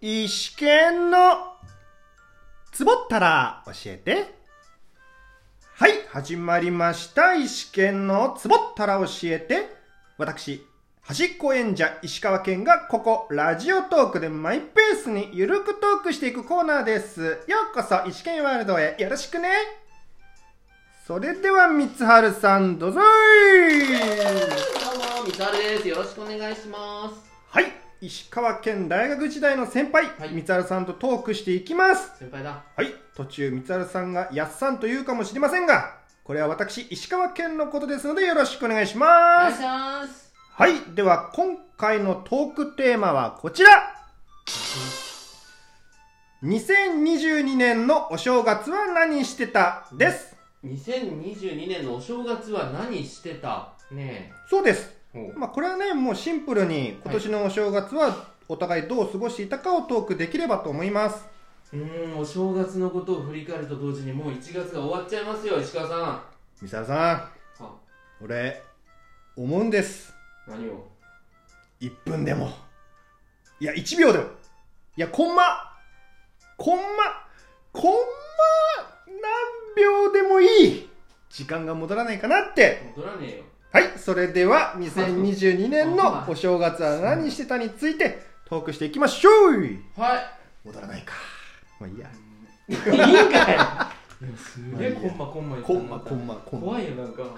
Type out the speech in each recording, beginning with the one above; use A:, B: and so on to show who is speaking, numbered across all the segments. A: 石剣のつぼったら教えて。はい、始まりました。石剣のつぼったら教えて。私、端っこ演者石川県がここラジオトークでマイペースにゆるくトークしていくコーナーです。ようこそ石剣ワールドへよろしくね。それでは、三春さんどうぞい
B: どうも、みさるです。よろしくお願いします。
A: はい石川県大学時代の先輩、
B: はい
A: 三原さんとトークしていきます
B: 先輩だ。
A: はい途中三原さんが「やっさん」と言うかもしれませんがこれは私石川県のことですのでよろしくお願いし
B: お願
A: ま
B: いし
A: す
B: ます。
A: はいでは今回のトークテーマはこちら2022年のお正月は何してたです
B: 2022年のお正月は何してたね
A: そうです
B: え。ほう
A: まあこれはねもうシンプルに今年のお正月はお互いどう過ごしていたかをトークできればと思います
B: うーん、お正月のことを振り返ると同時にもう1月が終わっちゃいますよ、石川さん。あ、
A: 三沢さん俺思うんです
B: 何を
A: 1分でもいや1秒でもいやコンマコンマコンマ何秒でもいい時間が戻らないかなって
B: 戻らねえよ。
A: はいそれでは2022年のお正月は何してたについてトークしていきましょう
B: はい。
A: 戻らないかまあいいや
B: いいん かいいやすげえコンマコンマ言って
A: コ
B: た
A: ンマコンマコンマ
B: 怖いよ、なん か。なん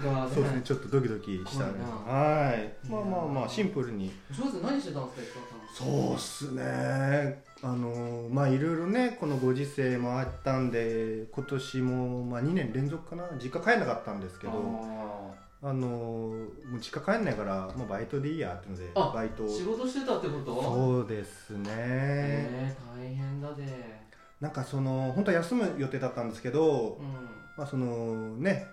B: か、
A: そうですねちょっとドキドキしたねはいまあまあまあシンプルに
B: お正月何してたんですか、石川さん。
A: そうっすねあのまあいろいろねこのご時世もあったんで今年も、まあ、2年連続かな実家帰んなかったんですけどあのもう実家帰んないからもうバイトでいいやってので
B: あ
A: バイト
B: あー仕事してたってこと
A: そうですね
B: えー、大変だで。
A: なんかその本当は休む予定だったんですけど
B: う、ん。
A: まあ、そのね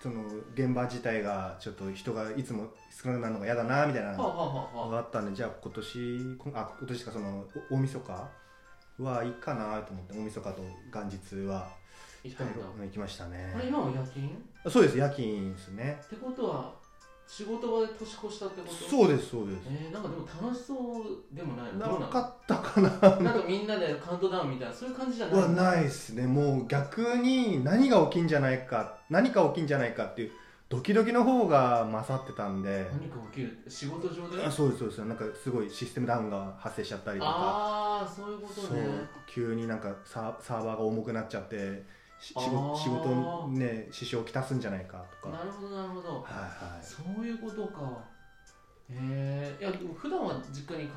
A: その現場自体がちょっと人がいつも少なくなるのが嫌だなみたいな
B: はあ、はあはあはあ
A: があったんでじゃあ今年こあ今年かそのお大晦日はいいかなと思って大晦日と元日は
B: 行ったんだ
A: 行きましたね
B: あれ今も夜勤っ
A: そうです夜勤ですね
B: てことは仕事場で年越したってことう
A: そうですそうです
B: えー、なんかでも楽しそうでもない
A: な
B: どう
A: かったかな
B: なのなんかみんなでカウントダウンみたいなそういう感じじゃない
A: はないですねもう逆に何が起きんじゃないか何か起きんじゃないかっていうドキドキの方が勝ってたんで
B: 何か起きる仕事上で
A: あそうですそうですなんかすごいシステムダウンが発生しちゃったりとか
B: ああそういうこと
A: そう
B: ね
A: 急になんかサーサーバーが重くなっちゃってし仕
B: あー
A: 事仕事にね支障をきたすんじゃないかとか
B: なるほどなるほど、
A: はいはい
B: そういうことかえー、いやでも普段は実家に帰るのやっ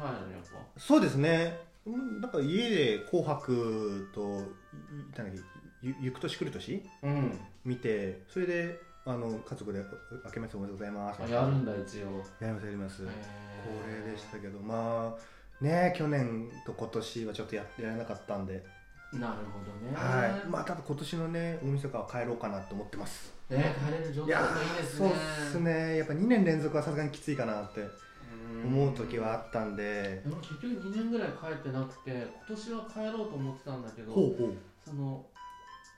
B: ぱ
A: そうですねうんなんか家で「紅白と」いなんだっけゆゆく年来る年
B: うん
A: 見てそれであの家族で「明けましておめでとうございます」
B: あやるんだ一応
A: やりますやります、
B: へ
A: 恒例でした
B: ー
A: けどまあね去年と今年はちょっとややらなかったんで、
B: なるほどね
A: はいまあただ今年のね大晦日は帰ろうかなと思ってます
B: ね帰れる状
A: いや
B: 態も
A: ー
B: いいです
A: そう
B: ね
A: っすねやっぱ2年連続はさすがにきついかなって
B: うん
A: 思う時はあったんで、
B: でも結局2年ぐらい帰ってなくて今年は帰ろうと思ってたんだけど
A: ほうほ
B: その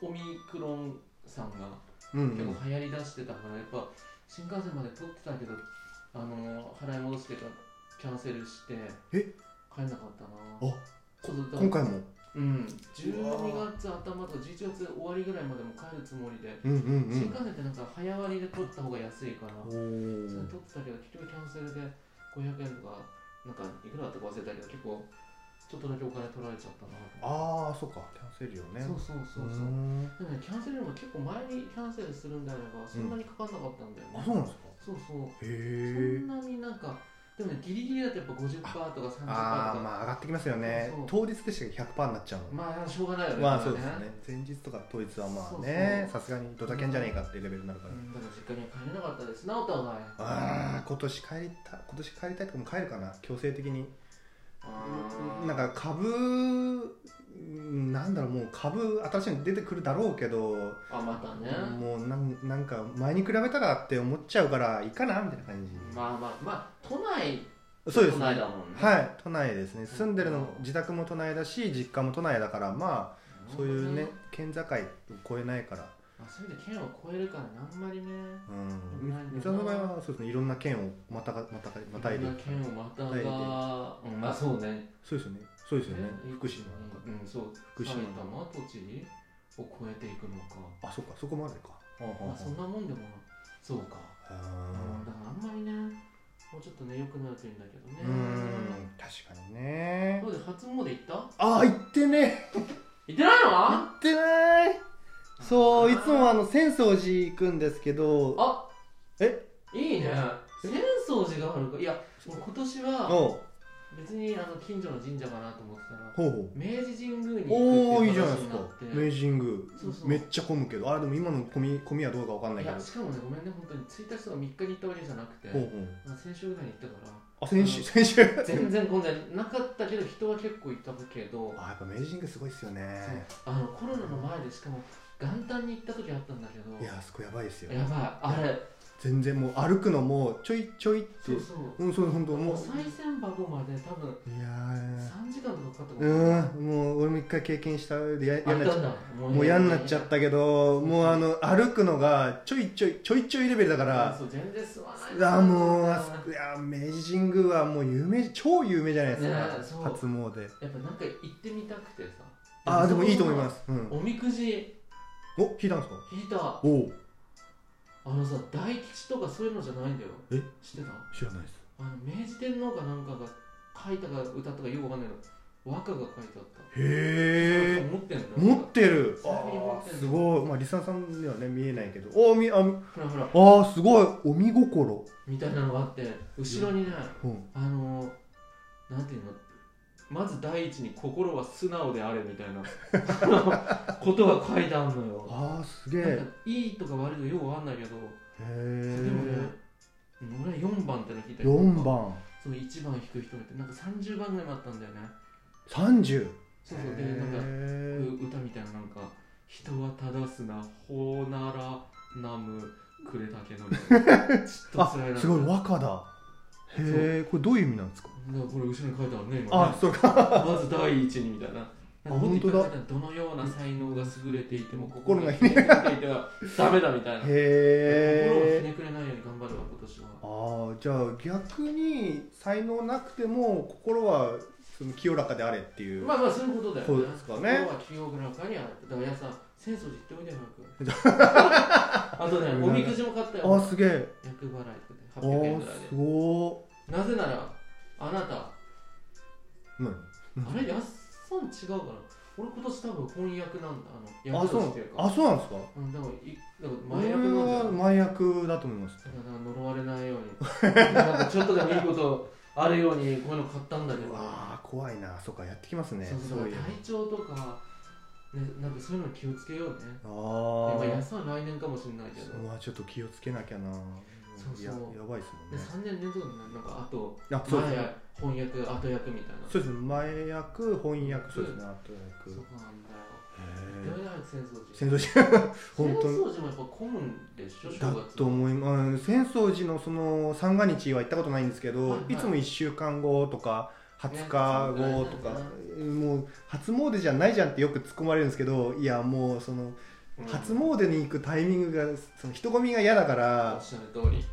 B: オミクロンさんが
A: う、うんう
B: 結
A: ん、
B: 構流行りだしてたから、やっぱ新幹線まで取ってたけどあのー払い戻してからキャンセルして
A: え
B: 帰んなかったな
A: あ
B: そうだ
A: 今回も
B: うん
A: うわ
B: 12月頭と11月終わりぐらいまでも帰るつもりで、
A: うんうん
B: 新幹線ってなんか早割りで取った方が安いから
A: うんお
B: それ
A: ー
B: 取ってたけど結局キャンセルで500円とかなんかいくらだったか忘れたけど結構ちょっとだけお金取られちゃったなと
A: ああそっかキャンセルよね
B: そうそうそ
A: ー
B: うそう、
A: ん
B: でもねキャンセルよりも結構前にキャンセルするんであればそんなにかかんなかったんだよ
A: あ
B: ね、
A: そうなんですか
B: そうそう
A: へえ
B: そんなになんかでもねギリギリだとやっぱ50%とか30%とか
A: ああまあ上がってきますよね当
B: そう
A: 日でしたけど100%になっちゃうの、
B: まあしょうがないよね
A: まあ
B: こ
A: そう
B: れ
A: ですよね前日とか当日はまあねさすがにドタキャンじゃねえかっていうレベルになるか
B: う
A: ら、
B: んだから実家には帰れなかったですなおたはね
A: ああ今年帰りた今年帰りたいとかも帰るかな強制的に
B: あ
A: なんか株なんだろうもう株新しいの出てくるだろうけど、
B: あまたね、
A: もうなんなんか前に比べたらって思っちゃうからいいかなみたいな感じ、
B: まあまあまあ都内
A: そうです
B: 都
A: ね
B: 内だもんね
A: はい都内ですね住んでるの自宅も都内だし実家も都内だからまあそういうね県境を越えないから
B: まあ、そういう意味で県を越えるからねあんまりね
A: うん
B: ないんだな
A: 三沢の場合はそうですねいろんな県をまたがまたがまたい
B: い
A: で
B: ろんな県をまた
A: またいで
B: が、うん、まあそうね
A: そうですよねそうですよね福島なんか、
B: うん、そう
A: 福島
B: 埼玉栃木を超えていくのか
A: あそっかそこまでかはあは
B: まあそんなもんでもそうか、
A: あは
B: だからあんまりねもうちょっとね良くなるといいんだけどね
A: あうーん確かにね
B: どうで初詣行った
A: ああ行ってね
B: 行ってない
A: 行
B: の
A: ってないそういつもあ
B: の
A: の浅草寺行くんですけど
B: あ
A: え
B: いいね浅草寺があるかいや俺今年は
A: おう
B: 別にあの近所の神社かなと思ってたら
A: ほうほう
B: 明治神宮に
A: おお
B: 行く
A: い
B: って
A: い
B: い
A: じ
B: う
A: ゃな
B: 話
A: いです
B: に
A: か
B: なって
A: 明治神宮
B: そうそう
A: めっちゃ混むけどあれでも今の混み混みはどうかわかんない
B: い
A: けど
B: やしかもねごめんね本当に1日とか3日に行ったわけじゃなくて、
A: ほうほう
B: まあ、先週ぐらいに行ったか
A: あ先週先週
B: ら全然混んでなかったけど人は結構いたけど
A: あやっぱ明治神宮すごいっすよね
B: あのコロナの前でしかも元旦に行った時あったんだけど
A: いやあそこやばいですよ
B: やばいあれ
A: 全然もう歩くのもちょいちょいって
B: そうそう
A: うんそう本当も
B: お
A: う
B: 賽銭箱まで多分
A: いやー
B: 3時間とかかかった
A: う
B: も
A: んもう俺も一回経験したでや
B: あ
A: 嫌になっ
B: ったん
A: ちゃ
B: だ
A: もう嫌になっちゃったけど
B: うん
A: もうあの歩くのがちょいちょいちょいちょいレベルだか
B: からそう全然吸わない
A: あもうあそこいや明治神宮はもう有名超有名じゃないです
B: ねそう
A: か初詣
B: やっぱなんか行ってみたくてさ
A: ああでもいいと思いますすうん
B: おみくじ
A: お聞いたんですか
B: 引いた
A: おお
B: あのさ大吉とかそういうのじゃないんだよ
A: え
B: 知ってた
A: 知らないです
B: あの明治天皇かなんかが書いたか歌ったかよくわかんないの和歌が書いてあった
A: へえ
B: 持ってんの
A: 持ってる
B: 財布に持
A: あ
B: って
A: ー
B: る
A: すごいまあリサさんではね見えないけどおーみあみ
B: ほらほら
A: あーすごいお見心
B: みたいなのがあって後ろにね、
A: うん
B: あのー、なんていうのまず第一に心は素直であれみたい なあのことが書いてあるのよ
A: ああすげえ
B: なん
A: へ
B: かいいとか悪いとかよくわかんないけど、でもね
A: え
B: 俺は4番っての聞いたりとか
A: 4番
B: その1番弾く人もいてなんか30番ぐらいもあったんだよね
A: 30
B: そうそうでなんか
A: へー
B: 歌みたいななんか人は正すなほうならなむくれたけのみたいなちょっと辛い な
A: あすごい和歌だへえこれどういう意味なんですか
B: だからこれ後ろに書いてあるね今ね
A: あそうか
B: まず第一にみたいな。
A: あ
B: なんかもっ
A: 本
B: と
A: 当だ
B: いっぱい書いてあるどのような才能が優れていても
A: 心が
B: ひねくれていてはダメだみたいな。心をひ
A: へえ
B: ねくれないように頑張るわ今年は。
A: あーじゃあ逆に才能なくても心はその清らかであれっていう、
B: まあまあそういうことだよね。
A: そうですかね
B: 今日は清らかにある。 だから皆さん、浅草寺行っておいでよ、早く。あとね、おみくじも買った
A: あ
B: よ。
A: すげえ
B: 厄払いとかで
A: あ
B: 800
A: ー。
B: 円ぐらいです
A: ご
B: なぜなら、あなた、
A: ーなに
B: あれ、やっさん違うかな。俺今年多分翻訳なんだ。あの、
A: あ
B: 役
A: そう
B: と
A: な
B: し
A: ん
B: ていうか。
A: あそうなんですか
B: うん、だからい、だから前
A: 前役
B: 役なんだよ
A: は。前役だと思います
B: だから呪われないようになんかちょっとでもいいことあるようにこういうの買ったんだけど、
A: あー怖いなそうかやってきますね
B: そうそう
A: そうい
B: 体
A: う
B: 調とか、ね、なんかそういうの気をつけようね
A: あ
B: まあ
A: ー
B: 安は来年かもしれないけど、
A: まあちょっと気をつけなきゃな
B: そうそう
A: ややばいですもん
B: で
A: ね
B: 3年連続でなんかあと
A: あそうです
B: 前
A: ね
B: 翻訳後役みたいな
A: そうですね前役翻訳そうですね後
B: そう
A: 役
B: なんだよ
A: へ
B: で
A: え
B: も早く戦争時
A: 戦争寺
B: 戦
A: 本当に
B: 争時もやっぱ混むんでしょ正月
A: だと思います浅草寺のその三が日は行ったことないんですけど、
B: はい
A: い
B: はい
A: つも1週間後とか20日後とか
B: ね、
A: もう初詣じゃないじゃんってよく突っ込まれるんですけどいやもうその
B: うん
A: 初詣に行くタイミングがその人混みが嫌だか
B: お
A: ら
B: っ、しゃる通り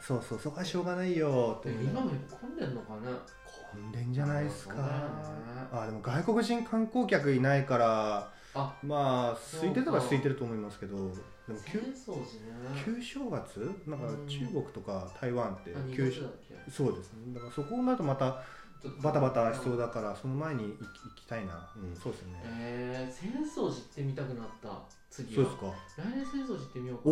A: そうそうそこはしょうがないよって
B: でも今もやっぱ混んでんのかな
A: 混んでんじゃないですか
B: そうだよね
A: あでも外国人観光客いないから
B: あ
A: まあ空いてた
B: そう
A: ら
B: か
A: 空いてると思いますけどでも
B: 戦
A: 旧
B: 争時ね
A: 旧正月なんか
B: うん
A: 中国とか台湾って
B: あ二
A: 旧
B: 月だっけ
A: そうですねだからそこになるとまたバタバタしそうだからその前に行き行きたいな、うん、そうですね、
B: えー、浅草寺行ってみたくなった次
A: そう
B: は
A: ですか
B: 来年浅草寺行ってみようか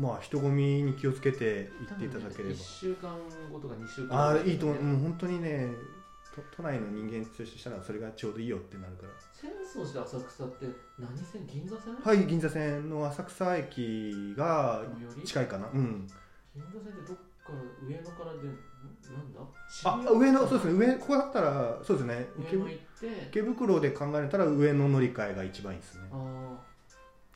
B: な
A: おまあ人混みに気をつけて行っていただければ
B: 1週間後とか2週間
A: あ
B: 後
A: あいいと思う、うん、本当にねと都内の人間としてしたらそれがちょうどいいよってなるから
B: 浅草寺と浅草って何線銀座線、
A: はい銀座線の浅草駅が
B: 最寄り
A: 近いかなうん
B: 銀座線ってどっから上野から出るのなんだ
A: あ上のそうです
B: ね
A: ね上ここだったらそうですね池
B: 上野
A: 袋
B: 行って
A: 池袋で考えたら上の乗り換えが一番いいですね
B: あー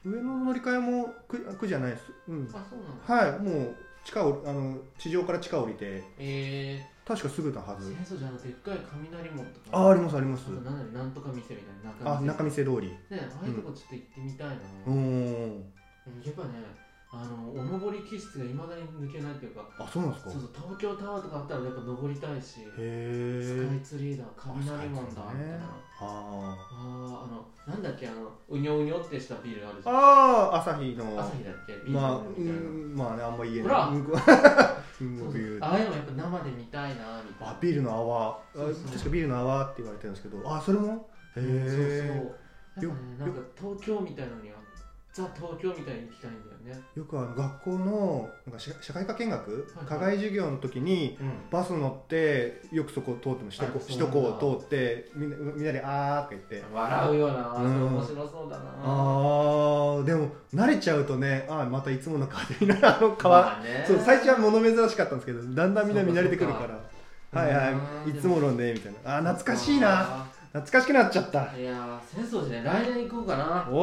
A: 上の乗り換えも苦苦じゃないですうん
B: あそうなの
A: はいもう地下をあの地上から地下降りて
B: え
A: 確かすぐのは
B: ー、
A: ず
B: 浅草寺あのでっかい雷門とか
A: ああありますあります
B: あとなんだよなんとか店みたいな中
A: あ
B: 店
A: 中見世通り
B: ねああいうとこちょっと行ってみたいな、
A: うーん
B: うんやっぱね、ああのお登り気質がいまだに抜けないというか
A: あそうなんです
B: そ
A: か
B: うそう東京タワーとかあったらやっぱ登りたいし
A: へ
B: スカ
A: え
B: イツリーだ雷門だみたいな、
A: あ
B: あーあのなんだっけあのうにょうにょってしたビルある
A: ー
B: じゃん
A: あー朝日の
B: 朝日だっけビーチ
A: まあ
B: の
A: う
B: みたいな、
A: んまあねあんま言えない
B: ほら
A: うんこうん
B: そ
A: こ
B: うそう
A: 冬
B: ああいうのやっぱ生で見たいなみたいな
A: あビールの泡あ
B: そうそう
A: 確かビールの泡って言われてるんですけどあそれもへえ
B: そうそうやっぱねなんか東京みたいのにはザ東京みたいに行きたいんだよね
A: よくあの学校のなんか社社会科見学
B: はい
A: 課外授業の時に
B: うん
A: バス乗ってよくそこ通っても首都
B: あ
A: 高
B: そう
A: 首
B: な
A: 都
B: んだ
A: 高を通ってみんなみんなで「あー」とか言って
B: 笑うよな、
A: うん
B: それ面白そうだな
A: あーでも慣れちゃうとねあーまたいつもの川でみんなあの川、
B: まあね
A: そう最初は物珍しかったんですけどだんだんみんな
B: そ
A: 見
B: うか
A: 慣れてくるか
B: そうから
A: はいうは
B: ん
A: いいつものねみたいなあー懐かしいな懐かしくなっちゃった
B: いやー浅草寺ね来年行こうかな
A: お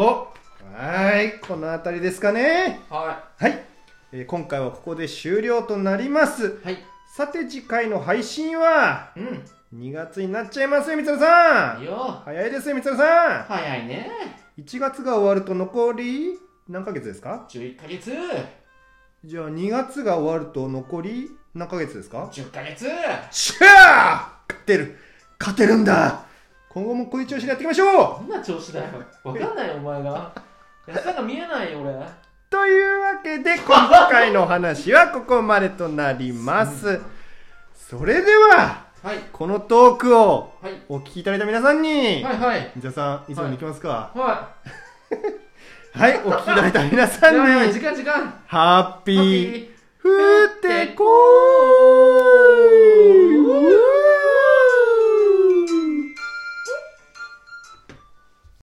A: はーいこの辺りですかね
B: は
A: はい、えー今回はここで終了となります
B: いはい
A: さて次回の配信は
B: うん
A: 2月になっちゃいますよ三つさ
B: いい
A: ん
B: よ
A: 早いですよ三つさ
B: 早いね
A: ん1月が終わると残り何ヶ月ですか
B: 11ヶ月
A: じゃあ2月が終わると残り何ヶ月ですか
B: 10ヶ月
A: しゃー勝てる勝てるんだ今後もこういう調子でやっていきましょう
B: どんな調子だよわかんないよお前が安さが見えないよ俺
A: というわけで今回のお話はここまでとなりますそれでは
B: はい
A: このトークを
B: はい
A: お聞きいただいた皆さんに、
B: はいはい
A: 三田さんいつもに行きますか
B: は
A: はい、お聞きいただいた皆
B: い
A: さ
B: や ばいやば
A: ん
B: い
A: に
B: 時間時間
A: ハッピ
B: ハッ
A: ー
B: ピー
A: ふーてこー